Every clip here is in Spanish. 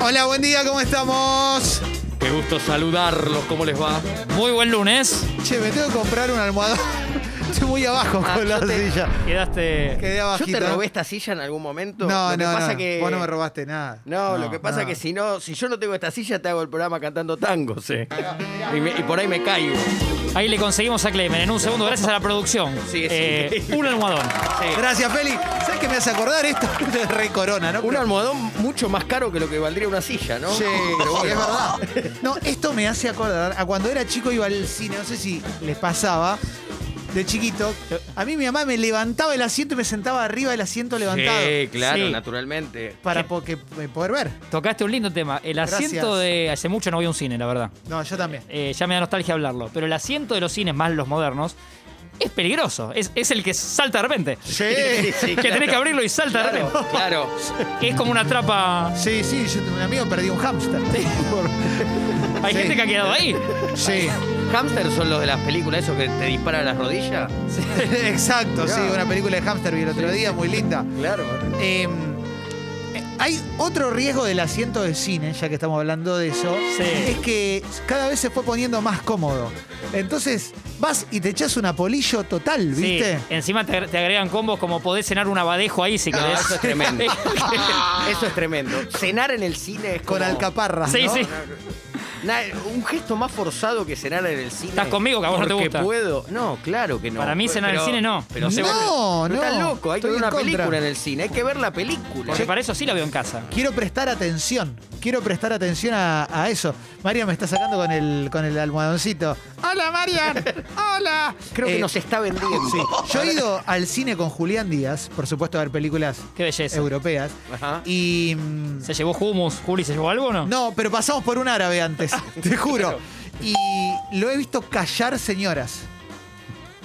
Hola, buen día, ¿cómo estamos? Qué gusto saludarlos, ¿cómo les va? Muy buen lunes. Che, me tengo que comprar un almohadón. Estoy muy abajo Ah, con la yo te- silla. Quedaste. Quedé Yo abajito. te robé esta silla en algún momento. ¿eh? No, Lo que no, pasa no. que- Vos no me robaste nada. No, lo que pasa no. que si no, si yo no tengo esta silla, te hago el programa cantando tangos. eh. Y, me- y por ahí me caigo. Ahí le conseguimos a Clemen en un segundo, gracias a la producción. Eh, Sí, es increíble. un almohadón. Gracias, Feli. ¿Sabes qué me hace acordar esto? Es re corona, ¿no? Un almohadón mucho más caro que lo que valdría una silla, ¿no? Sí, Pero bueno. sí, es verdad. No, esto me hace acordar a cuando era chico iba al cine, no sé si les pasaba. De chiquito, a mí mi mamá me levantaba el asiento y me sentaba arriba del asiento levantado Sí, claro, Sí. naturalmente. para po- que- eh, poder ver. Tocaste un lindo tema. El asiento Gracias. de. Hace mucho no voy a un cine, la verdad. No, yo también. Eh, ya me da nostalgia hablarlo. Pero el asiento de los cines, más los modernos, es peligroso. Es, es el que salta de repente. Sí, Sí, que tenés que abrirlo y salta de claro, repente. claro. Es como una trapa. sí, sí, yo tengo un amigo que perdió un hámster. Hay Sí. gente que ha quedado ahí. Sí, Hamsters son los de las películas, esos que te disparan las rodillas. exacto, sí, una película de hámster vi el otro día, muy linda. Claro. Eh, hay otro riesgo del asiento de cine, ya que estamos hablando de eso, Sí. es que cada vez se fue poniendo más cómodo. Entonces vas y te echas un apolillo total, Sí. ¿viste? Encima te, agre- te agregan combos como podés cenar un abadejo ahí si No, querés. eso es tremendo. Eso es tremendo. Cenar en el cine es Con como- alcaparras. Sí, ¿no? sí. Na- un gesto más forzado que cenar en el cine. Estás conmigo, que a vos no te Porque gusta. puedo. No, claro que no. Para mí cenar en el cine no. Pero se- No, no. Estás loco, hay que estoy ver en una contra. película en el cine, hay que ver la película. Porque para eso sí la veo en casa. Quiero prestar atención. Quiero prestar atención a, a eso. María me está sacando con el, con el almohadoncito. ¡Hola, Marian! ¡Hola! Creo que Eh, nos está vendiendo. Sí. Yo he ido al cine con Julián Díaz, por supuesto, a ver películas Qué belleza. europeas. Ajá. Y. mm, ¿Se llevó hummus? ¿Juli se llevó algo o no? No, pero pasamos por un árabe antes, te juro. Y lo he visto callar señoras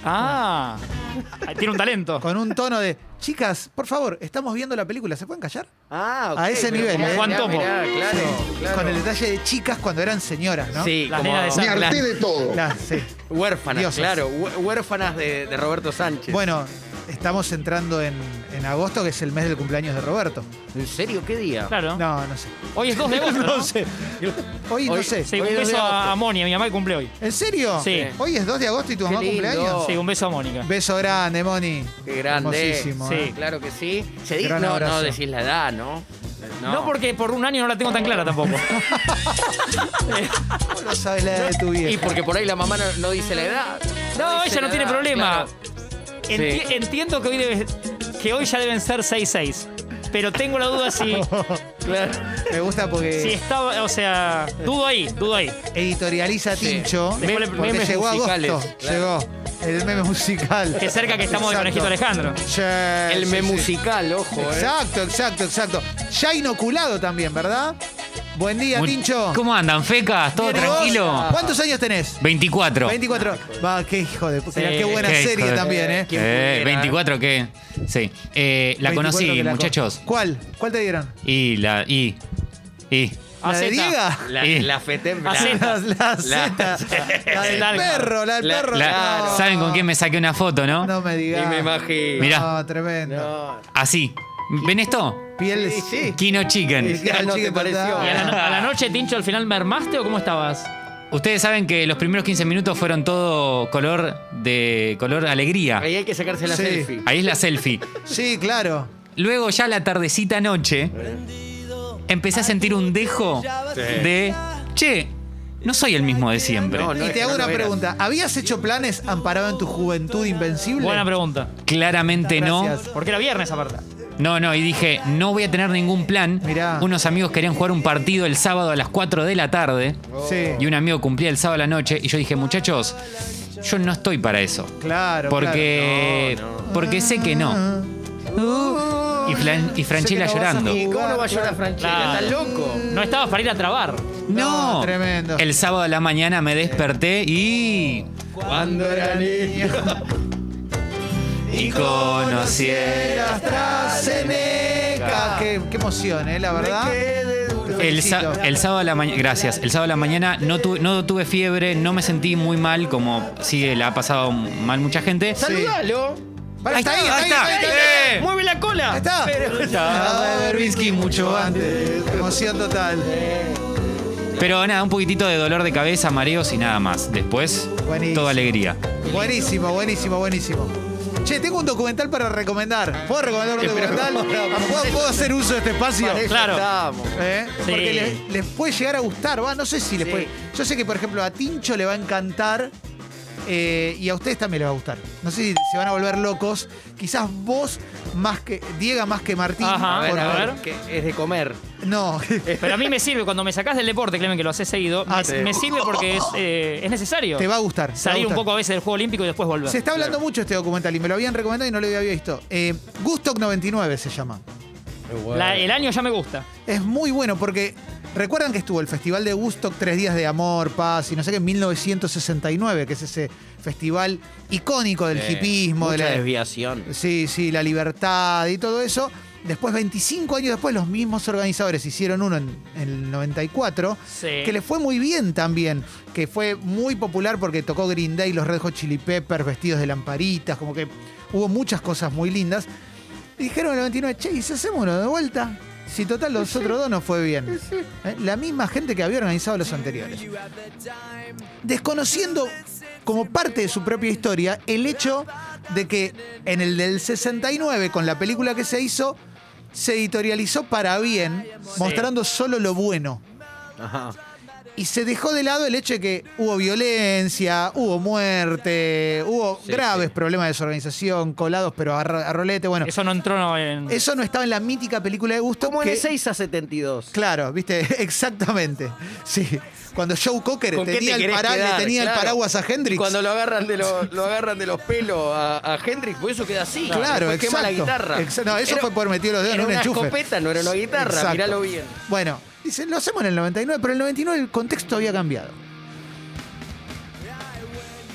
Ah, tiene un talento. con un tono de. Chicas, por favor, estamos viendo la película, ¿se pueden callar? Ah, ok, A ese pero nivel, mirá, ¿eh? Juan mirá, Topo. mirá, claro, Sí, claro. Con el detalle de chicas cuando eran señoras, ¿no? Sí, Oh, Las como nenas de Me Claro. harté de todo. La- sí. huérfanas, Dioses. claro. hu- Huérfanas de, de Roberto Sánchez. Bueno, estamos entrando en, en agosto, que es el mes del cumpleaños de Roberto. ¿En serio? ¿Qué día? Claro. No, no sé. Hoy es 2 de agosto. ¿no? Hoy, no Hoy- sé. Sí, Hoy un es 2 de beso agosto. a, a Moni, a mi mamá que cumple hoy. ¿En serio? Sí. Hoy es 2 de agosto y tu Qué mamá lindo. cumpleaños. Sí, un beso a Mónica. Beso grande, Moni. Qué grande. Hermosísimo. Sí. ¿eh? Claro que sí. Se dice, Gran no, abrazo. no decís la edad, ¿no? No. porque por un año no la tengo tan clara tampoco. Vos No sabes la edad de tu Y vieja. porque por ahí la mamá no, no dice la edad. No, dice ella no la tiene edad, problema. claro. Enti- Sí. Entiendo que hoy, debe- que hoy ya deben ser 6-6. Pero tengo la duda si, Me gusta porque. si estaba. O sea, dudo ahí, dudo ahí. editorializa Sí. Tincho. Después le- Porque memes llegó musicales, agosto. claro. Llegó el meme musical. Qué cerca que estamos de Conejito Alejandro. Sí, El sí, me sí. musical, ojo, ¿eh? Exacto, exacto, exacto. Ya inoculado también, ¿verdad? Buen día, Tincho. ¿Cómo andan, fecas? ¿Todo Bien, ¿y vos? tranquilo? ¿Cuántos años tenés? 24. 24. Va, qué hijo de puta. Sí, Qué buena qué hijo serie de- también, ¿eh? ¿Quién Eh, pudiera? 24 qué? Sí. Eh, la 24 conocí, que la con- muchachos. ¿Cuál? ¿Cuál te dieron? Y la. Y. Y. ¿La de AZ. Diega? La, Sí. la FETEM. la- La, Aceta. la, Zeta. la del Claro. perro, la del La- perro. Ah, La- no. ¿Saben con quién me saqué una foto, no? No me digas. Ni me imagino. Ah. Mirá. No, tremendo. No. Así. ¿Ven esto? Piel. Sí, sí. Kino Sí. Chicken. Ya no te Chicken pareció. Portal. ¿Y a Ah, la, no- a la noche, Tincho, al final mermaste o cómo estabas? Ustedes saben que los primeros 15 minutos fueron todo color de. color alegría. Ahí hay que sacarse la Sí. selfie. Ahí es la selfie. Sí, claro. Luego ya la tardecita noche empecé a sentir un dejo de, che, no soy el mismo de siempre. No, no, y te es- hago no una lo eras. pregunta. ¿Habías hecho planes amparado en tu juventud invencible? Buena pregunta. Claramente Gracias. Porque era viernes aparte. no. No, no, y dije, no voy a tener ningún plan. Mirá. Unos amigos querían jugar un partido el sábado a las 4 de la tarde Sí. y un amigo cumplía el sábado a la noche y yo dije, muchachos, yo no estoy para eso. Claro. Porque, claro. porque sé que no. Ah. Uh, Y, Fran- y Franchella Sé que no vas a llorando. ¿Y cómo no va a Claro. llorar Franchella? Claro. ¿Estás loco? No estabas para ir a trabar. No, No, tremendo. El sábado a la mañana me desperté y. Cuando era niño. Y conocí. Claro. AstraZeneca. Qué, qué emoción, ¿eh? La verdad. El, sa- el sábado a la mañana. Gracias. El sábado a la mañana no, tu- no tuve fiebre, no me sentí muy mal, como sí la ha pasado mal mucha gente. Saludalo. Pará, está ahí, está ahí, está ahí, está ahí. ¡Eh! ¡Mueve la cola! Ahí está. Estaba Berbinsky mucho antes. Emoción total. Pero nada, un poquitito de dolor de cabeza, mareos y nada más. Después, Buenísimo. toda alegría. Buenísimo, buenísimo, buenísimo. Che, tengo un documental para recomendar. ¿Puedo recomendar un documental? ¿Puedo, puedo hacer uso de este espacio? Para eso Claro. estamos. ¿Eh? Sí. Porque les, les puede llegar a gustar, va, no sé si les Sí. puede. Yo sé que, por ejemplo, a Tincho le va a encantar eh, y a ustedes también les va a gustar. No sé si se van a volver locos. Quizás vos más que. Diego más que Martín. Ajá, A ver, porque- Bueno, a a ver. ver. que es de comer. No. Pero a mí me sirve, cuando me sacás del deporte, Clemen, que lo haces seguido, Ah, me, sí. me sirve porque es, eh, es necesario. Te va a gustar. te va a Salir un gustar. poco a veces del Juego Olímpico y después volver. Se está hablando mucho este documental y me lo habían recomendado y no lo había visto. Eh, Gustock 99 se llama. La- el año ya me gusta. Es muy bueno porque recuerdan que estuvo el Festival de Gustock, Tres Días de Amor, Paz y no sé qué, en 1969, que es ese festival icónico del hipismo. De Mucha la, desviación. sí, sí, la libertad y todo eso. Después, 25 años después, los mismos organizadores hicieron uno en, en el 94, Sí. que le fue muy bien también, que fue muy popular porque tocó Green Day, los Red Hot Chili Peppers, vestidos de lamparitas, como que hubo muchas cosas muy lindas. Y dijeron en el 99, che, ¿y si hacemos uno de vuelta? Si total los otros dos no fue bien. ¿Eh? La misma gente que había organizado los anteriores. Desconociendo como parte de su propia historia el hecho de que en el del 69, con la película que se hizo, se editorializó para bien, mostrando solo lo bueno. Ajá. Y se dejó de lado el hecho de que hubo violencia, hubo muerte, hubo graves problemas de desorganización, colados, pero a, ra- a rolete. Bueno, eso, Eso no entró no, en. no estaba en la mítica película de Gusto. Como en que- el 6 a 72. Claro, viste, exactamente. Sí. Cuando Joe Cocker ¿Con qué tenía, te el, querés para- le quedar? tenía el Claro. paraguas a Hendrix. Y cuando lo agarran de, lo- lo agarran de los pelos a, a Hendrix, por eso queda así. Claro, Después quema la exacto. guitarra. Exa- no, eso Era- fue por meter los dedos en era un una enchufe. escopeta, no era una guitarra, Exacto. miralo bien. Bueno, dicen, lo hacemos en el 99, pero en el 99 el contexto había cambiado.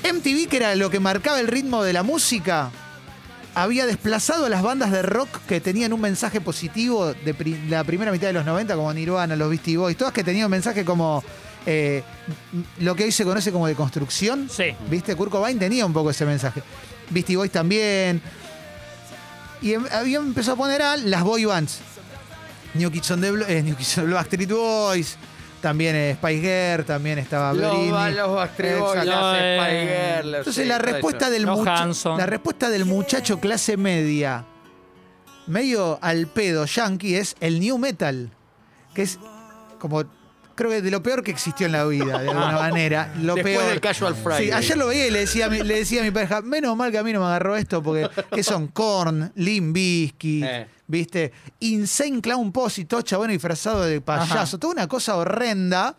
MTV, que era lo que marcaba el ritmo de la música, había desplazado a las bandas de rock que tenían un mensaje positivo de pri- la primera mitad de los 90, como Nirvana, los Beastie Boys, todas que tenían un mensaje como eh, m- lo que hoy se conoce como de construcción. Sí. ¿Viste? Kurt Cobain tenía un poco ese mensaje. Beastie Boys también. Y em- había empezado a poner a las boy bands. New Kids on the Block, eh, New Kids on the Block, Backstreet Boys, también eh, Spice Girl, también estaba Britney. Los, los Backstreet Boys, Exacto. las No, eh. Spice Girls, Entonces sí, la todo respuesta, eso. del Los mucha- Hanson. la respuesta del muchacho clase media, medio al pedo yankee, es el new metal, que es como creo que de lo peor que existió en la vida, de alguna manera. Lo Después peor. del Casual Friday. Sí, ayer lo veía y le decía, a mi, le decía a mi pareja, menos mal que a mí no me agarró esto, porque que son Korn, Limbisky, Eh. ¿viste? Insane Clown Posse, todo chabón disfrazado de payaso, Ajá. toda una cosa horrenda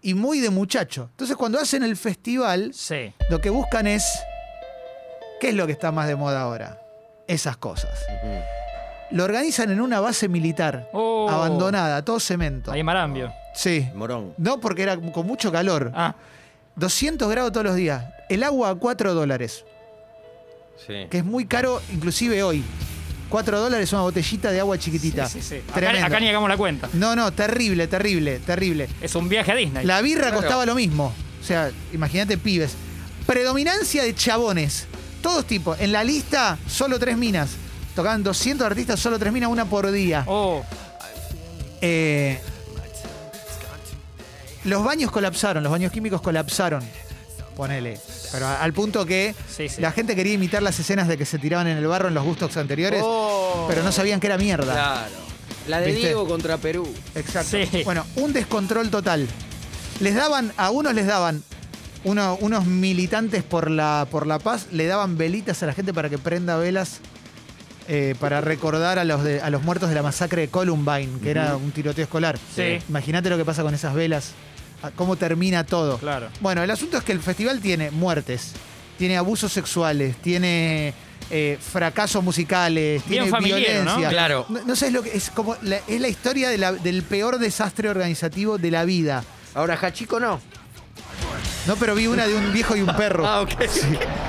y muy de muchacho. Entonces cuando hacen el festival, Sí. lo que buscan es, ¿qué es lo que está más de moda ahora? Esas cosas. Lo organizan en una base militar, Oh. abandonada, todo cemento. Ahí en Marambio. Sí. Morón. No, porque era con mucho calor. Ah, 200 grados todos los días. El agua a 4 dólares, Sí. que es muy caro inclusive hoy. 4 dólares una botellita de agua chiquitita. sí, sí. Tremendo. Acá, acá ni hagamos la cuenta. No, no, terrible, terrible, terrible. Es un viaje a Disney. La birra Claro. costaba lo mismo. O sea, imagínate pibes. Predominancia de chabones. Todos tipos. En la lista, solo tres minas. Tocaban 200 artistas, solo tres minas, una por día. Oh, Eh, los baños colapsaron, los baños químicos colapsaron. Ponele. Pero a- al punto que Sí, sí. la gente quería imitar las escenas de que se tiraban en el barro en los gustos anteriores, Oh. pero no sabían que era mierda. Claro. La de ¿Viste? Diego contra Perú. Exacto. Sí. Bueno, un descontrol total. Les daban, a unos les daban, uno- unos militantes por la, por la paz, le daban velitas a la gente para que prenda velas eh, para recordar a los, de- a los muertos de la masacre de Columbine, que era un tiroteo escolar. Sí. Imagínate lo que pasa con esas velas, a- cómo termina todo. Claro. Bueno, el asunto es que el festival tiene muertes, tiene abusos sexuales, tiene eh, fracasos musicales, Bien tiene familiero, ¿no? violencia. Claro. No, no sabes lo que es como la, es la historia de la- del peor desastre organizativo de la vida. Ahora Hachiko no. No, pero vi una de un viejo y un perro. Ah, ok.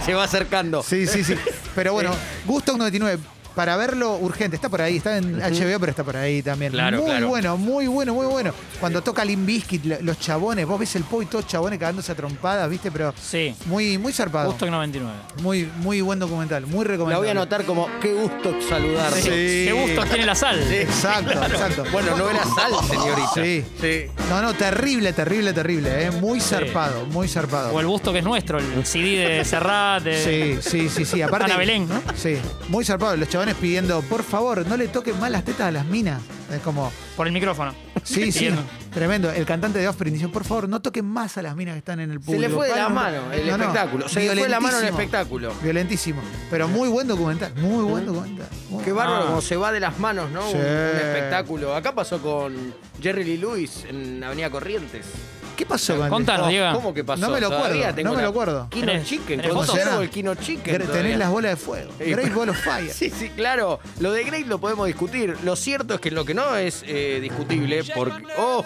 Se va acercando. Sí, sí, sí. Pero bueno, Gusto 99 para verlo urgente. Está por ahí, está en HBO, pero está por ahí también. Claro, muy claro. bueno, muy bueno, muy bueno. Cuando toca Limbiskit, los chabones, vos ves el pop y todos chabones cagándose a trompadas, ¿viste? Pero Sí, muy, muy zarpado. justo en 99. Muy, muy buen documental, muy La recomendable. voy a anotar como qué gusto Ah, saludarte. Sí. Qué gusto tiene la sal. Exacto, exacto. Bueno, no era sal, señorita. Sí. Sí. No, no, terrible, terrible, terrible. ¿eh? Muy zarpado, muy zarpado. O el gusto que es nuestro, el CD de Serrat, de Sí, sí, sí, sí. Aparte, Ana Belén, ¿no? Sí, muy zarpado. Los chabones pidiendo, por favor, no le toquen más las tetas a las minas. Es como, Por el micrófono. sí, sí, Pidiendo. tremendo. El cantante de Offspring dice, por favor, no toquen más a las minas que están en el Se público. le fue de la Pablo, mano el no, no, espectáculo. Se le fue de la mano el violentísimo. espectáculo. Violentísimo. Pero muy buen documental, muy buen documental. Muy- Qué bárbaro, Ah. como se va de las manos, ¿no? Sí. Un, un espectáculo. Acá pasó con Jerry Lee Lewis en Avenida Corrientes. ¿Qué pasó con Contanos, esto? Diego. ¿Cómo que pasó? Ah. No me lo acuerdo, Todavía tengo no me lo la- acuerdo. Kino ¿Tenés- Chicken, tenés fotos? conservo el Kino Chicken. Gre- todavía. Tenés las bolas de fuego. Sí. Great Ball of Fire. Sí, sí, claro. Lo de Great lo podemos discutir. Lo cierto es que lo que no es eh, discutible, porque. ¡Oh!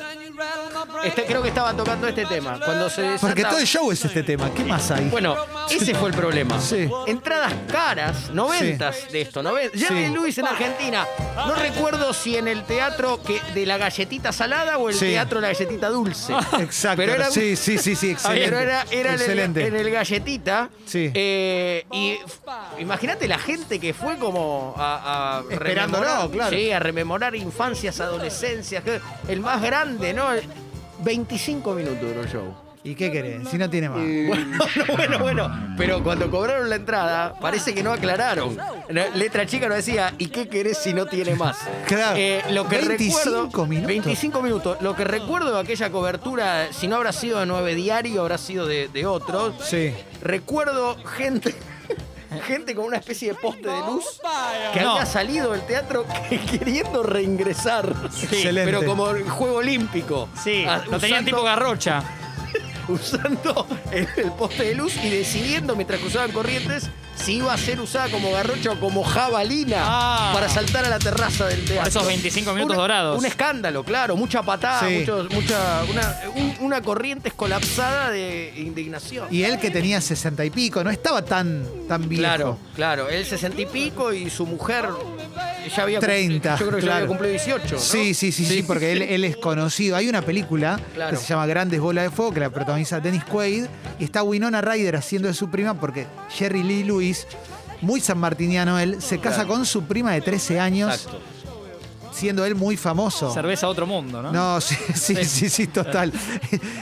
Este- creo que estaba tocando este tema. Cuando se desata- Porque todo el show es este tema. ¿Qué más hay? Bueno, ese fue el problema. Sí. Entradas caras, noventas de esto, noventas. Jerry Sí. Lewis en Argentina. No recuerdo si en el teatro que, de la galletita salada o el Sí. Ah, teatro de la galletita dulce. Exacto. Pero era- sí, sí, sí, sí, excelente. Pero era, era en, el, excelente. en el galletita. Sí. Eh, y f- imagínate la gente que fue como a, a Esperándolo, rememorar- claro. sí, a rememorar infancias, adolescencias. que- El más grande, ¿no? 25 minutos duró el show. ¿Y qué querés? Si no tiene más. Bueno, bueno, bueno. Pero cuando cobraron la entrada, parece que no aclararon. La Letra chica no decía, ¿y qué querés si no tiene más? Eh, Claro. lo que 25 recuerdo, minutos. 25 minutos. Lo que recuerdo de aquella cobertura, si no habrá sido de 9 diario, habrá sido de, de otros. Sí. Recuerdo gente. Gente con una especie de poste de luz que No. había salido del teatro queriendo reingresar. Excelente. Pero como el juego olímpico. Sí, Ah, lo tenían usando- tipo garrocha. usando el, el poste de luz y decidiendo mientras cruzaban corrientes si iba a ser usada como garrocha o como jabalina Ah. para saltar a la terraza del teatro. esos 25 minutos Un- dorados. Un escándalo, claro, mucha patada, Sí. muchos- mucha, una, un- una corriente colapsada de indignación. Y él que tenía sesenta y pico, no estaba tan, tan viejo. Claro, claro, él sesenta y pico y su mujer ya había 30, Yo creo que ya claro. había cumplido 18. ¿no? Sí, sí, sí, sí, porque él, él es conocido. Hay una película Claro. que se llama Grandes Bolas de Fuego, que la protagoniza Dennis Quaid, y está Winona Ryder haciendo de su prima, porque Jerry Lee Lewis, muy sanmartiniano él, se casa con su prima de 13 años, Exacto. siendo él muy famoso. Cerveza a otro mundo, ¿no? No, sí, sí, sí, sí, total.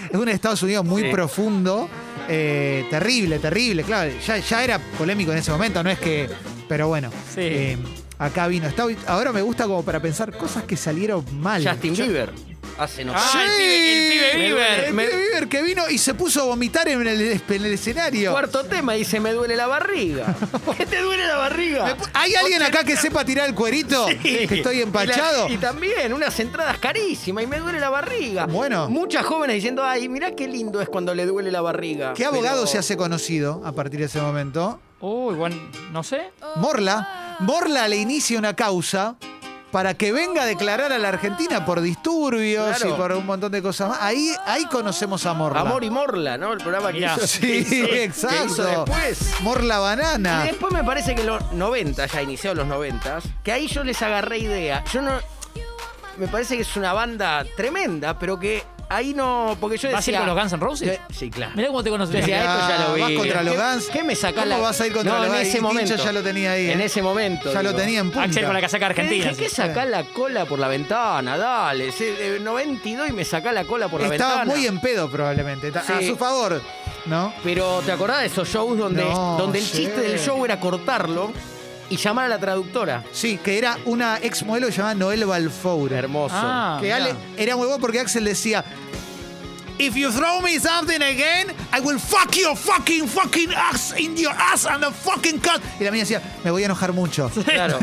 Es un Estados Unidos muy profundo, eh, terrible, terrible, claro. Ya, ya era polémico en ese momento, no es que. Pero bueno. Sí. eh, acá vino. Está- ahora me gusta como para pensar cosas que salieron mal. Justin Yo- Bieber hace no Ah, el pibe- el pibe Me Bieber. duele, El Me- pibe Bieber que vino y se puso a vomitar en el, en el escenario. Cuarto tema, dice, me duele la barriga. ¿Qué te duele la barriga? ¿Hay alguien acá que sepa tirar el cuerito? Que estoy empachado. Y, la- y también unas entradas carísimas y me duele la barriga. Bueno. Muchas jóvenes diciendo, ay, mirá qué lindo es cuando le duele la barriga. ¿Qué abogado Pero- se hace conocido a partir de ese momento? Uy, bueno, no sé. Morla, Morla le inicia una causa para que venga a declarar a la Argentina por disturbios y Claro. por un montón de cosas más. Ahí, ahí conocemos a Morla. Amor y Morla, ¿no? El programa que Mirá. hizo. Sí, que hizo exacto. Ah. después. Morla Banana. Y después me parece que en los 90, ya iniciados los 90, que ahí yo les agarré idea. Yo no. Me parece que es una banda tremenda, pero que ahí no. Porque yo decía. ¿Vas a ir con los Guns N' Roses? Sí, claro. Mirá cómo te conoces. Decía, Mirá, esto ya lo vi. vas contra los ¿Qué- Guns? ¿Qué me sacás ¿Cómo la- vas a ir contra no, los en Guns? ese Tincho momento. ya lo tenía ahí, En ¿eh? ese momento. ya lo digo. tenía en punta. Axel con la casaca ¿Qué argentina. dije? ¿Qué sacás la cola por la ventana? Dale. se- eh, 92 y me sacás la cola por la Estaba ventana. muy en pedo probablemente. Ta- A Sí. su favor, ¿no? Pero ¿te acordás de esos shows donde, No, donde el sí. chiste del show era cortarlo y llamar a la traductora? Sí, que era una ex modelo llamada Noel Balfour. Hermoso. Ah, que mirá. Ale- era muy bueno porque Axel decía If you throw me something again, I will fuck your fucking fucking ass in your ass and the fucking cut. Y la mía decía, me voy a enojar mucho. Claro.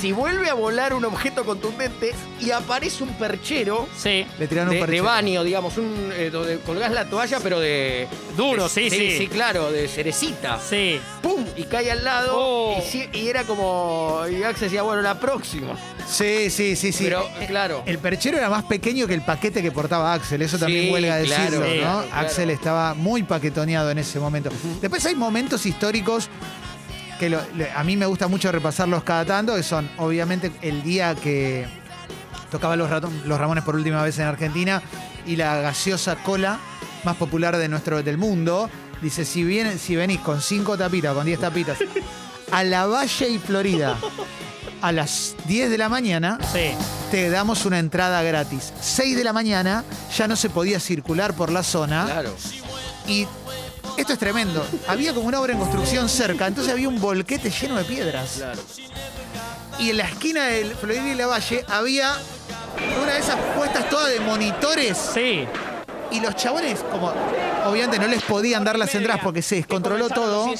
si vuelve a volar un objeto contundente y aparece un perchero Sí. Le tiraron de, un de parche. baño, digamos, un, eh, donde colgás la toalla, pero de. Duro, de- sí, sí. Sí, claro, de cerecita. Sí. ¡Pum! Y cae al lado. Oh. Y, si- y era como. Y Axel decía, bueno, la próxima. Sí, sí, sí, sí. Pero, claro. el perchero era más pequeño que el paquete que portaba Axel, eso también Sí, huelga decirlo, claro, ¿no? sí, claro. Axel estaba muy paquetoneado en ese momento. Después hay momentos históricos que lo- le- a mí me gusta mucho repasarlos cada tanto, que son obviamente el día que tocaba los, Ratón- los Ramones por última vez en Argentina y la gaseosa cola más popular de nuestro, del mundo. Dice, si, viene, si venís con cinco tapitas, con 10 tapitas, a la Valle y Florida a las 10 de la mañana, Sí. te damos una entrada gratis. 6 de la mañana ya no se podía circular por la zona. Claro. Y esto es tremendo. Había como una obra en construcción cerca, entonces había un volquete lleno de piedras. Claro. Y en la esquina del Florida y la Valle había una de esas puestas todas de monitores. Sí. Y los chabones, como obviamente no les podían dar las entradas porque se descontroló todo,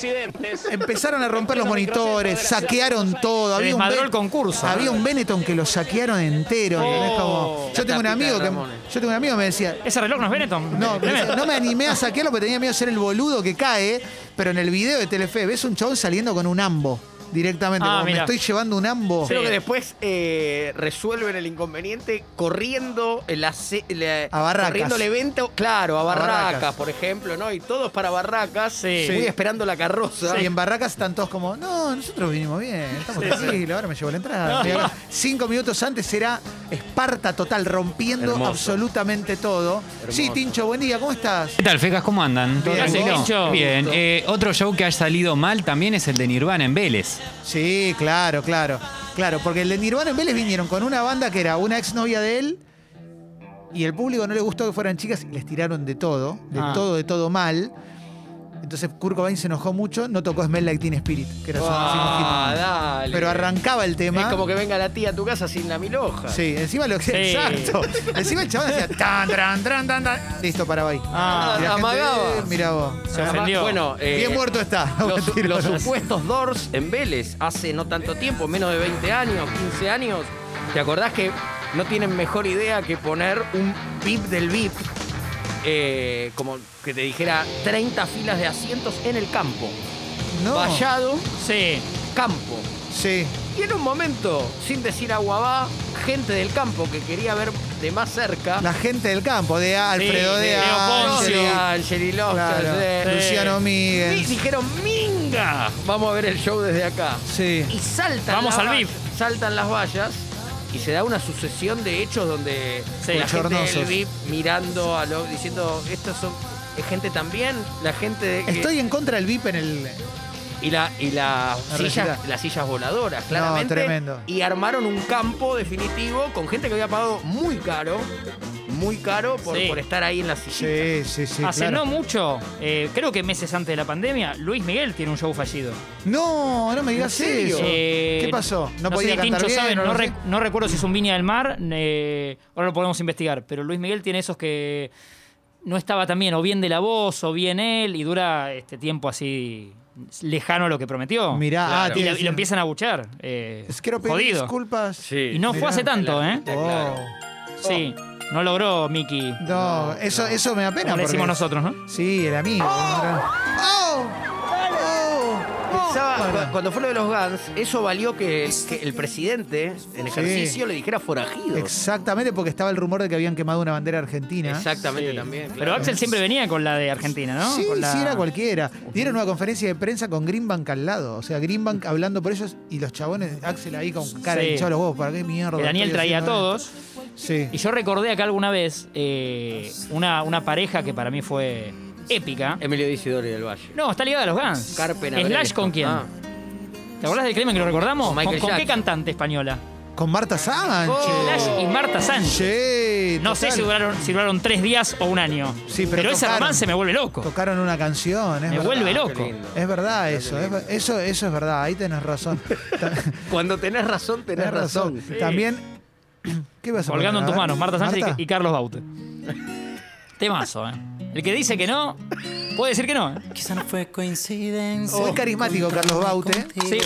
empezaron a romper los monitores, saquearon todo. Se Había un, desmadró Ben- el concurso. había un Benetton que lo saquearon entero. ¿entendés? Como- Oh. La yo, tengo un tapita amigo de que, Ramones. yo tengo un amigo que me decía, ¿Ese reloj no es Benetton? No, Deme. me- no me animé a saquearlo porque tenía miedo de ser el boludo que cae, pero en el video de Telefe ves un chabón saliendo con un ambo directamente. Ah, como, me mira. estoy llevando un ambo. Sí. Creo que después eh, resuelven el inconveniente corriendo en la, se- la- A Barracas. corriendo el evento, claro, a Barracas, Barracas. por ejemplo, ¿no? Y todos para Barracas, Sí. muy Sí. esperando la carroza. Y en Barracas están todos como, no, nosotros vinimos bien, estamos tranquilos, ahora me llevo la entrada. Y ahora, Cinco minutos antes era Esparta total, rompiendo Hermoso. absolutamente todo. Sí, Tincho, buen día, ¿cómo estás? ¿Qué tal, fecas? ¿Cómo andan? Bien, tranquilo? Tincho. Bien. eh, otro show que ha salido mal también es el de Nirvana en Vélez. Sí, claro, claro. Claro, porque el de Nirvana en Vélez vinieron con una banda que era una exnovia de él y el público no le gustó que fueran chicas y les tiraron de todo, de Ah. todo, de todo mal. Entonces Kurt Cobain se enojó mucho, no tocó Smell Like Teen Spirit, que era su Ah, máximo hit. dale. Pero arrancaba el tema. Es como que venga la tía a tu casa sin la miloja. Sí, encima lo Sí. Exacto. Encima el chabón hacía tan, tran, tran, tan, tan. Listo, paraba ahí. Ah, Y la gente, amagaba. eh, mirá vos. Se Además, ofendió. Bueno, eh, Bien muerto está. Los, Mentira. los supuestos Doors en Vélez hace no tanto tiempo, menos de 20 años, 15 años. ¿Te acordás que no tienen mejor idea que poner un VIP del VIP? eh, como que te dijera 30 filas de asientos en el campo. No. Vallado, Sí. campo. Sí. Y en un momento, sin decir aguabá, gente del campo que quería ver de más cerca. La gente del campo, de Alfredo de de Leo Angeli, Poncio. Angeli Loftus, claro, eh, Luciano Y Miguel. dijeron, ¡minga! Vamos a ver el show desde acá. Sí. Y saltan. Vamos las al VIP. vallas- Saltan las vallas y se da una sucesión de hechos donde Sí. la gente del Bochornosos. VIP mirando a los diciendo, estos son es gente también, la gente de que-". Estoy en contra del VIP en el. y la y la La sillas, recita. las sillas voladoras, claramente. tremendo. Y armaron un campo definitivo con gente que había pagado muy caro, muy caro por, Sí. por estar ahí en la silla. Sí, sí, sí. Hace claro. Ah, no mucho, eh, creo que meses antes de la pandemia, Luis Miguel tiene un show fallido. No, no me digas ¿En serio? eso. Eh, ¿Qué pasó? No, No, sé podía si cantar Tincho bien. sabe, o no, no sé. rec- no recuerdo si es un Viña del Mar, eh, ahora lo podemos investigar, pero Luis Miguel tiene esos que no estaba tan bien, o bien de la voz, o bien él, y dura este tiempo así lejano a lo que prometió. Mirá, ah, y, tiene- lo, y lo empiezan a buchar. Eh, Es- Quiero pedir jodido. disculpas. Sí. Y no Mirá. fue hace tanto, ¿eh? Oh. Sí, no logró Mickey, No, eso, eso me da pena. como le porque- decimos nosotros, ¿no? Sí, el amigo. ¡Oh! ¡Oh! Pensaba, Bueno. cu- cuando fue lo de los Guns, eso valió que, que el presidente, en ejercicio, le dijera forajido. Exactamente, porque estaba el rumor de que habían quemado una bandera argentina. Exactamente también. Pero claro. Axel siempre venía con la de Argentina, ¿no? Sí, Con la- sí, era cualquiera. Dieron una conferencia de prensa con Greenbank al lado. O sea, Greenbank hablando por ellos y los chabones, Axel ahí con cara Sí. hinchada a los huevos. ¿Para qué mierda? que estoy Daniel ¿eh? traía a haciendo todos. esto? Sí. Y yo recordé acá alguna vez eh, una, una pareja que para mí fue épica. Emilio Disidori del Valle. No, está ligada a los Guns. Carpen ¿Slash Abresto. con quién? Ah. ¿Te acordás del crimen que lo recordamos? Con ¿Con, Michael con qué Jackson. cantante española? Con Marta Sánchez. Slash y Marta Sánchez. Sí, Oh. No sé total. si duraron, si duraron tres días o un año. Sí, pero ese tocaron. romance me vuelve loco. Tocaron una canción, es me verdad. vuelve ah, Qué loco. lindo. Es verdad eso, es ver- eso, eso es verdad, ahí tenés razón. Ta- Cuando tenés razón, tenés, tenés razón. razón. También. ¿Qué vas a Colgando en poner? tus A ver, manos, Marta Sánchez Marta. y, y Carlos Baute. Temazo, ¿eh? El que dice que no, puede decir que no. ¿eh? Quizá no fue coincidencia. Muy carismático, Carlos Baute. Sí,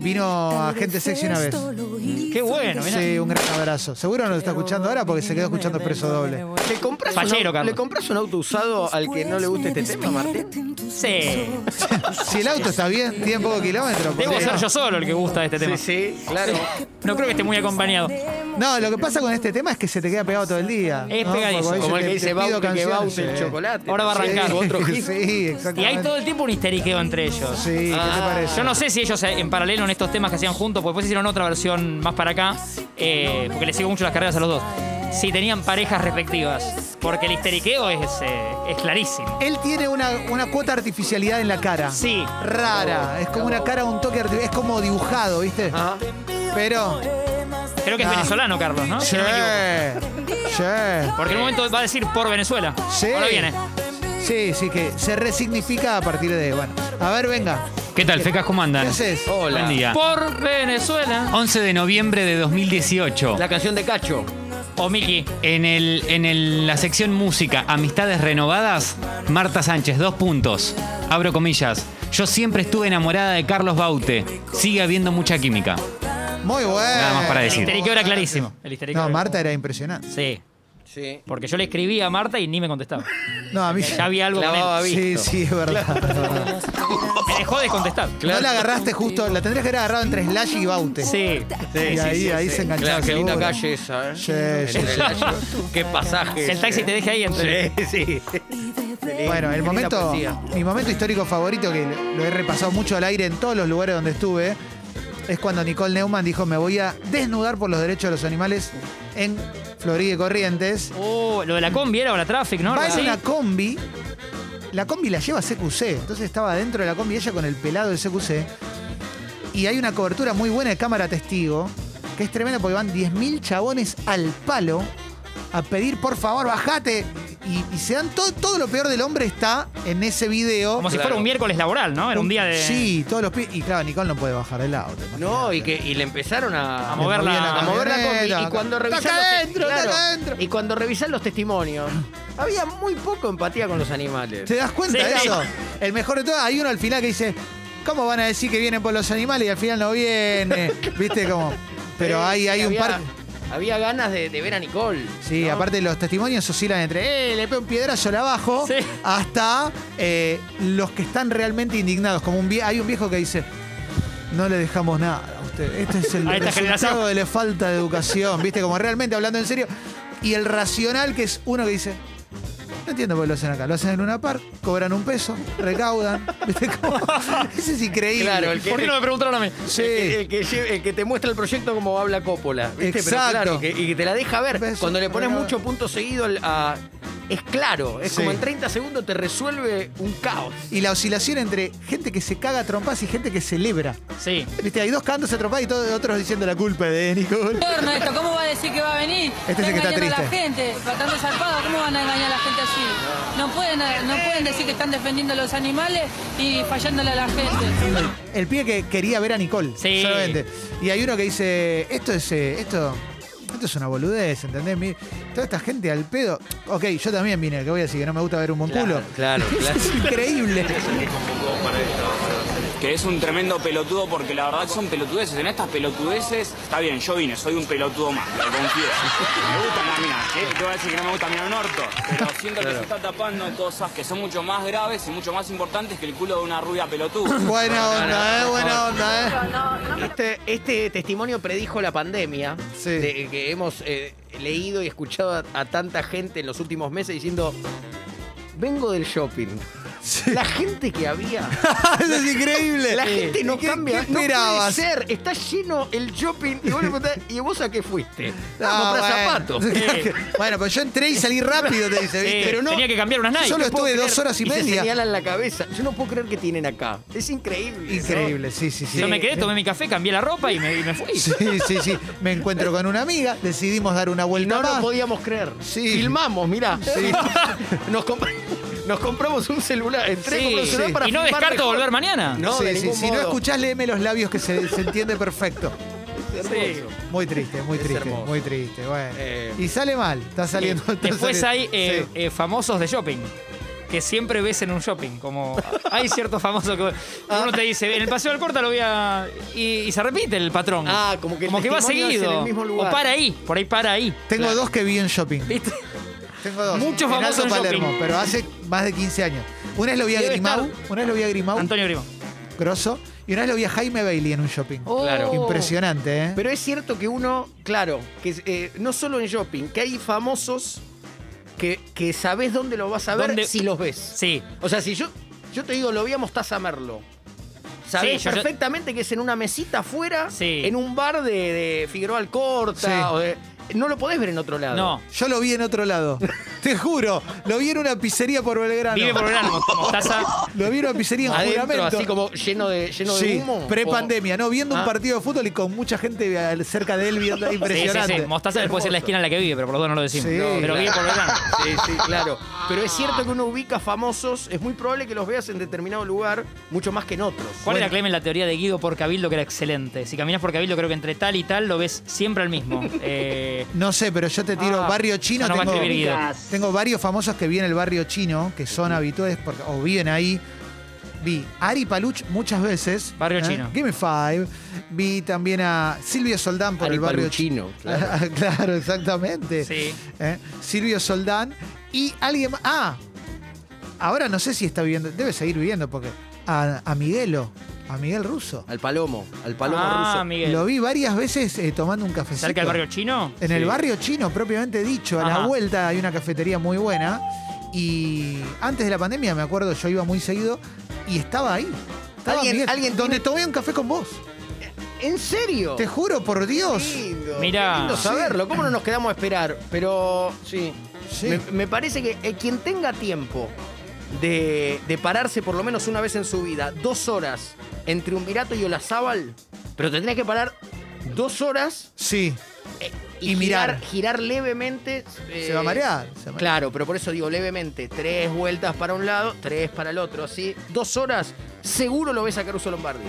Vino a gente sexy una vez. Mm, qué bueno. mirá. Sí, un gran abrazo. Seguro no lo está escuchando ahora porque se quedó escuchando preso doble. ¿Le compras, Fachero, un, au- Carlos. ¿Le compras un auto usado al que no le guste este tema, Martín? Sí. Si el auto está bien, tiene poco kilómetro. ¿por Debo qué ser no? yo solo el que gusta de este tema. Sí, sí, claro. No creo que esté muy acompañado. No, lo que pasa con este tema es que se te queda pegado todo el día. Es ¿no? pegadizo. Porque a veces Como el te- te que dice pido Bauti que canciones, Bauti el sí. chocolate. Ahora va a Sí, arrancar. Otro hit. Sí, exactamente. Y hay todo el tiempo un histeriqueo entre ellos. Sí, ¿qué te parece? Yo no sé si ellos eh, en paralelo en estos temas que hacían juntos, porque después hicieron otra versión más para acá, eh, porque les sigo mucho las carreras a los dos. Si tenían parejas respectivas, porque el histeriqueo es, eh, es clarísimo. Él tiene una, una cuota de artificialidad en la cara. Sí. Rara. Es como una cara, un toque artificial. Es como dibujado, ¿viste? Ah. Ajá. Pero. Creo que es Ah. venezolano, Carlos, ¿no? Si Sí. no me equivoco. Sí. Porque en un momento va a decir por Venezuela. Sí. Ahora viene. Sí, sí, que se resignifica a partir de. Bueno. A ver, venga. ¿Qué tal, fecas? ¿Cómo andan? ¿Qué haces? Hola. Buen día. Por Venezuela. 11 de noviembre de 2018. La canción de Cacho. O Miki. En, el, en el- la sección música, amistades renovadas, Marta Sánchez, dos puntos. Abro comillas. Yo siempre estuve enamorada de Carlos Baute. Sigue habiendo mucha química. Muy bueno. Nada más para El decir. histeriqueo era clarísimo. El histeriqueo No, era- Marta era impresionante. Sí. Sí. Porque yo le escribí a Marta y ni me contestaba. No, a mí. Ya había algo con él. Clavaba Sí, visto. sí, es verdad. es verdad. Oh, Me dejó de contestar. No la agarraste justo, la tendrías que haber agarrado entre Slash y Baute. Sí. Sí, Y sí, ahí- sí, ahí sí. se enganchaba Claro, qué linda seguro. calle esa, ¿eh? Sí, sí, Entre sí. la- Qué pasaje. ¿eh? Que el taxi te deje ahí entre. Sí, sí. Bueno, el Linda momento, poesía. mi momento histórico favorito, que lo he repasado mucho al aire en todos los lugares donde estuve, es cuando Nicole Neumann dijo, me voy a desnudar por los derechos de los animales en Florida y Corrientes. Oh, lo de la combi era o la traffic, ¿no? Va Algo en una así. combi, la combi la lleva a CQC, entonces estaba dentro de la combi ella con el pelado de CQC, y hay una cobertura muy buena de cámara testigo, que es tremenda porque van 10.000 chabones al palo a pedir, por favor, bajate. Y, y se dan todo, todo lo peor del hombre está en ese video. Como si Claro. fuera un miércoles laboral, ¿no? Era un día de. Sí, todos los pi- Y claro, Nicole no puede bajar del auto. No, y que y le empezaron a, A mover le Ah, la- movían a mover la combi, camioneta. y cuando revisan Está los, acá adentro, está claro, acá adentro. y cuando revisan los testimonios, había muy poco empatía con los animales. ¿Te das cuenta Sí. de eso? El mejor de todo, hay uno al final que dice, ¿cómo van a decir que vienen por los animales y al final no viene? ¿Viste cómo? Pero Sí, hay, sí, hay un había- par... Había ganas de, de ver a Nicole. Sí, ¿no? aparte los testimonios oscilan entre, eh, le pego un piedrazo, la bajo, Sí. hasta eh, los que están realmente indignados. Como un vie- hay un viejo que dice, no le dejamos nada a usted. Este es el A esta resultado generación. de la falta de educación, ¿viste? Como realmente hablando en serio. Y el racional que es uno que dice, no entiendo por qué lo hacen acá. Lo hacen en una par, cobran un peso, recaudan. ¿Viste? Como, eso es increíble. Claro, el que, ¿Por qué no me preguntaron a mí? Sí. el que- el que lle- el que te muestra el proyecto como habla Coppola. ¿viste? Pero Exacto. claro, que- y que te la deja ver. Ves, Cuando le pones pero- mucho punto seguido al- a- es claro, es Sí. como en 30 segundos te resuelve un caos. Y la oscilación entre gente que se caga a trompas y gente que celebra. Sí. Viste, hay dos cantos atropados y todos otros diciendo la culpa de Nicole. Torno esto, ¿cómo va a decir que va a venir? Este sí que está engañando a la triste. gente, bastante zarpado, ¿cómo van a engañar a la gente así? No pueden, no pueden decir que están defendiendo a los animales y fallándole a la gente. El pibe que quería ver a Nicole. Sí. Solamente. Y hay uno que dice, esto es, eh, esto, esto es una boludez, ¿entendés? Mi- toda esta gente al pedo. Ok, yo también vine, que voy a decir que no me gusta ver un buen culo. claro, claro. Es increíble. Que es un tremendo pelotudo porque la verdad son pelotudeces. En estas pelotudeces, está bien, yo vine, soy un pelotudo más, lo confieso. Me gusta la mina, ¿eh? te voy a decir que no me gusta mirar un orto. Pero siento que se está tapando cosas que son mucho más graves y mucho más importantes que el culo de una rubia pelotuda. Buena onda, ¿eh? Buena onda, ¿eh? Este, este testimonio predijo la pandemia Sí. de- que hemos eh, leído y escuchado a, a tanta gente en los últimos meses diciendo, vengo del shopping. La gente que había. Eso es increíble. La gente no ¿Y qué- cambia. ¿Qué esperabas? No puede ser. Está lleno el shopping. Y vos, le preguntás, ¿y vos a qué fuiste? Ah, a comprar bueno. zapatos. bueno, pero yo entré y salí rápido, te dice, Sí. ¿viste? pero no- Tenía que cambiar unas Nike. Solo estuve dos horas y se media. señalan la cabeza. Yo no puedo creer que tienen acá. Es increíble. ¿no? Increíble, sí, sí, sí. Yo me quedé, tomé mi café, cambié la ropa y me, y me fui. Sí, sí, sí. Me encuentro con una amiga, decidimos dar una Y vuelta no lo más. podíamos creer. Sí. Filmamos, mirá. Nos, comp- nos compramos un celular. Entré Sí. compré un celular para Y no filmar descarto mejor. volver mañana. No, Sí, de sí, ningún Si no modo. escuchás, léeme los labios que se, se entiende perfecto. Sí. Muy triste, muy Es triste, hermoso. muy triste. Bueno. Eh. y sale mal, está saliendo. está Después hay saliendo. eh, Sí. eh, famosos de shopping. Que siempre ves en un shopping. Como hay ciertos famosos que Ah. uno te dice, en el paseo del corta lo voy a. Y, y se repite el patrón. Ah, como que el como que va testimonio es en seguido. el mismo lugar. O para ahí, por ahí para ahí. Tengo dos que vi en shopping. ¿Viste? Tengo dos. Muchos En Alto famosos en Palermo, shopping. pero hace más de 15 años. Una vez lo vi a Debe Grimau, estar- una vez lo vi a Grimau, Antonio Grimo. grosso, Y una vez lo vi a Jaime Bailey en un shopping. Claro. Impresionante, ¿eh? Oh. Pero es cierto que uno, claro, que eh, no solo en shopping, que hay famosos que, que sabés dónde lo vas a ver ¿Dónde? si los ves. Sí. O sea, si yo, yo te digo, lo vi a Mostaza Merlo. Sabés Sí, yo- yo- perfectamente que es en una mesita afuera, Sí. en un bar de, de Figueroa Alcorta. Sí. o de- no lo podés ver en otro lado. No. Yo lo vi en otro lado. Te juro. Lo vi en una pizzería por Belgrano. Vive por verano, mostaza. Lo vi en una pizzería en Adentro, juramento. así como lleno de, lleno de Sí, humo. pre-pandemia, ¿no? Viendo Ah. un partido de fútbol y con mucha gente al- cerca de él viendo. Sí, sí, Impresionante. sí. Mostaza después es la esquina en la que vive, pero por los dos no lo decimos. Sí. claro. pero vive por verano. Sí, sí, claro. Pero es cierto que uno ubica famosos, es muy probable que los veas en determinado lugar, mucho más que en otros. ¿Cuál Bueno, era, Clemen, la teoría de Guido por Cabildo que era excelente? Si caminas por Cabildo, creo que entre tal y tal lo ves siempre al mismo. Eh, No sé, pero yo te tiro Ah, barrio chino. ya nos va a tengo, escribir Guido. tengo varios famosos que viven en el barrio chino, que son habituales porque- o viven ahí. Vi Ari Paluch muchas veces. ¿eh? Barrio chino. Give me five. Vi también a Silvio Soldán por Ari el barrio Paluchino, claro. Claro. exactamente. Sí. ¿Eh? Silvio Soldán y alguien más. Ah, ahora no sé si está viviendo, debe seguir viviendo porque a, a Miguelo, a Miguel Russo. Al palomo, al palomo ah, ruso. Miguel. Lo vi varias veces eh, tomando un cafecito. ¿Cerca del barrio chino? En el barrio chino, propiamente dicho, a Ajá. la vuelta hay una cafetería muy buena. Y antes de la pandemia, me acuerdo, yo iba muy seguido y estaba ahí. Estaba Alguien- Miguel, alguien donde tomé un café con vos. ¿En serio? Te juro, por Dios. Lindo, Mirá. qué lindo Sí. saberlo, ¿cómo no nos quedamos a esperar? Pero sí, Sí. Me, me parece que eh, quien tenga tiempo de, de pararse por lo menos una vez en su vida, dos horas entre Virato y Olazábal, pero tendrías que parar dos horas Sí, eh, Y girar, mirar. girar levemente. eh, se va a marear. se va a marear. Claro, pero por eso digo levemente, tres vueltas para un lado, tres para el otro, así, dos horas, seguro lo ves a Caruso Lombardi.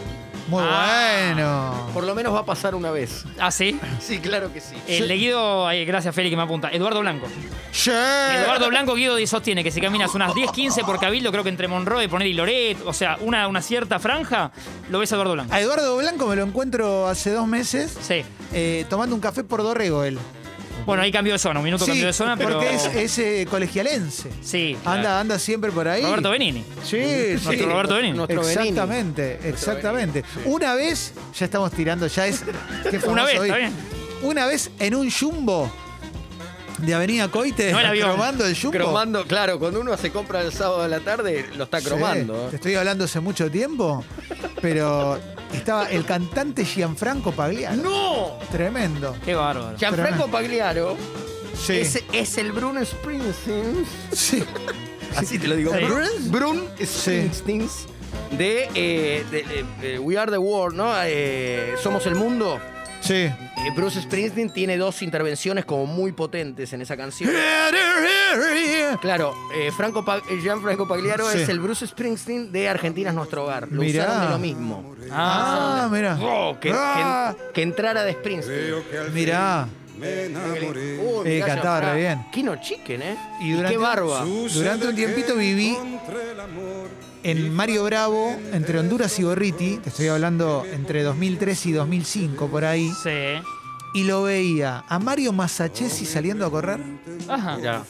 Muy Ah. bueno. Por lo menos va a pasar una vez. Ah, sí. Sí, claro que sí. El de Guido, ay, gracias Feli que me apunta. Eduardo Blanco. Sí. Eduardo Blanco Guido y sostiene que si caminas unas 10, 15 por Cabildo, creo que entre Monroe, Poner y Loret, o sea, una, una cierta franja, lo ves a Eduardo Blanco. A Eduardo Blanco me lo encuentro hace dos meses Sí. eh, tomando un café por Dorrego él. Bueno, ahí cambió de zona, un minuto Sí, cambió de zona, pero. Porque es, es, eh, colegialense. Sí. Anda, anda siempre por ahí. Roberto Benini. Sí, sí. Nuestro Roberto Benini. Nuestro Benini. exactamente, exactamente. Una vez, ya estamos tirando, ya es. qué famoso Una vez, hoy. está bien. Una vez en un jumbo de Avenida Coite, No el avión. cromando el jumbo. Cromando, claro, cuando uno se compra el sábado a la tarde, lo está Sí, cromando. te ¿eh? estoy hablando hace mucho tiempo, pero estaba el cantante Gianfranco Pagliano. ¡No! Tremendo. Qué bárbaro. Gianfranco Pagliaro Sí. es, es el Bruno Springsteen. Sí. Eh. Así te lo digo. Sí. Brun, Brun Springsteen de, eh, de, eh, We Are the World, ¿no? Eh, Somos el mundo. Sí. Eh, Bruce Springsteen tiene dos intervenciones como muy potentes en esa canción. Claro, eh, Franco Pa- eh, Gianfranco Pagliaro Sí. es el Bruce Springsteen de Argentina es nuestro hogar. Lo Mirá. usaron de lo mismo. Ah, mira. Oh, que, Ah. que- que entrara de Springsteen. Mirá. Uy, Eh, mirá, cantaba Gianfranco. re bien. Kino Chicken, ¿eh? Y Y, durante- qué barba. Durante un tiempito viví en Mario Bravo, entre Honduras y Gorriti, te estoy hablando entre 2003 y 2005, por ahí, Sí. y lo veía a Mario Masachesi saliendo a correr. Ajá.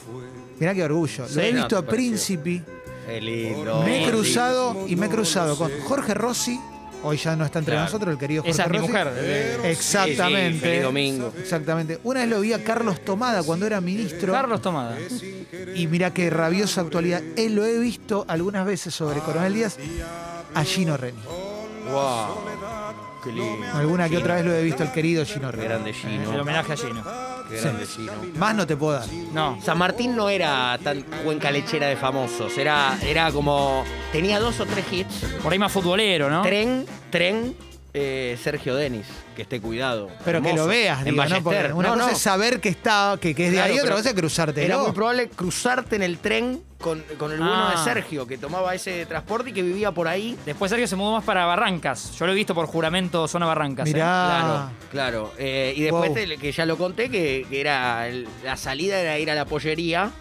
Mirá qué orgullo. Lo he no, visto te a Príncipe, Qué lindo. me he Sí. cruzado y me he cruzado con Jorge Rossi, hoy ya no está entre nosotros el querido Jorge Esa es mi Rossi. mujer. eh, Exactamente. Sí, sí, feliz domingo. Exactamente. Una vez lo vi a Carlos Tomada cuando era ministro. Carlos Tomada. eh, Y mira qué rabiosa actualidad. Él lo he visto algunas veces sobre Coronel Díaz a Gino Reni. Wow. Qué lindo. Alguna que otra vez lo he visto al querido Gino Qué Reni. grande Gino. El homenaje a Gino. Qué grande Gino. Más no te puedo dar. No. San Martín no era tan cuenca lechera de famosos, era, era como. Tenía dos o tres hits. Por ahí más futbolero, ¿no? Tren, tren, eh, Sergio Denis, que esté cuidado. Pero que Hermoso. lo veas, En digo, ¿no? Porque Ballester. una no, cosa no. es saber que está, que, que es de Claro, ahí, otra pero cosa es cruzarte. Era ¿no? muy probable cruzarte en el tren con, con el bueno de Ah. Sergio, que tomaba ese transporte y que vivía por ahí. Después Sergio se mudó más para Barrancas. Yo lo he visto por juramento zona Barrancas. ¿eh? Mirá. Claro. eh, y después, Ah. Wow. te- que ya lo conté, que, que era el- la salida era ir a la pollería.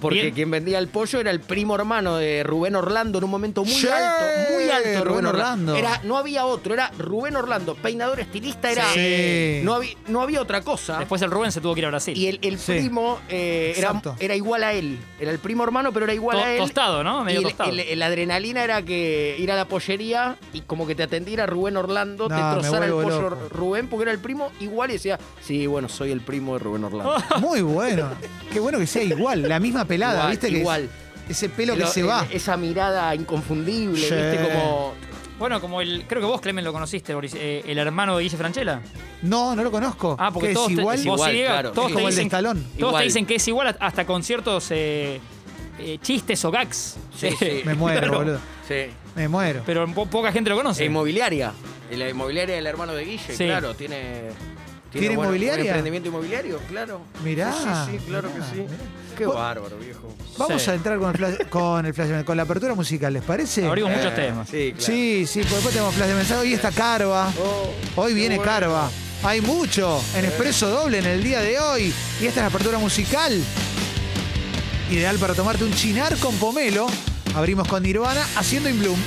Porque ¿eh? Bien. quien vendía el pollo era el primo hermano de Rubén Orlando en un momento muy Sí, alto, muy alto Rubén, Rubén Orlando. Orlando. Era, no había otro, era Rubén Orlando, peinador, estilista, era. Sí. No, había, no había otra cosa. Después el Rubén se tuvo que ir a Brasil. y el, el Sí. primo eh, era, Exacto. era igual a él. Era el primo hermano, pero era igual To- a él. tostado, ¿no? Medio y el- tostado. el- el adrenalina era que ir a la pollería y como que te atendiera Rubén Orlando, No, te me trozara el vuelvo pollo loco. Rubén porque era el primo igual y decía, sí, bueno, soy el primo de Rubén Orlando. Muy bueno. Qué bueno que sea igual, la misma pelada, Igual, ¿viste? Que es- igual. ese pelo que Lo- se el- va. Esa mirada inconfundible, Sí. ¿viste? Como. Bueno, como el. Creo que vos, Clemen, lo conociste, Boris, eh, el hermano de Guille Franchella. No, no lo conozco. Ah, porque que todos es te- igual. vos igual, sí, Diego, claro. todos Es te como el de dicen, Stallone. Todos Igual. te dicen que es igual hasta con ciertos eh, eh, chistes o gags. Sí, sí. Me muero, Claro. boludo. Sí. E Me muero. Pero po- poca gente lo conoce. Inmobiliaria. La inmobiliaria del hermano de Guille, Sí. claro, tiene. ¿Tiene bueno, inmobiliaria? un emprendimiento inmobiliario, claro. Mirá, Sí, sí, sí, claro mirá, que sí. mirá. Qué Vos- bárbaro, viejo. Vamos Sí. a entrar con el flash, con el flash- con la apertura musical, ¿les parece? Abrimos muchos temas. Eh, Sí, claro. Sí, sí, porque después tenemos flash de mensaje. Hoy está Carva. Oh, Hoy qué viene bueno. Carva. Hay mucho en expreso doble en el día de hoy. Y esta es la apertura musical. Ideal para tomarte un chinar con pomelo. Abrimos con Nirvana haciendo In Bloom.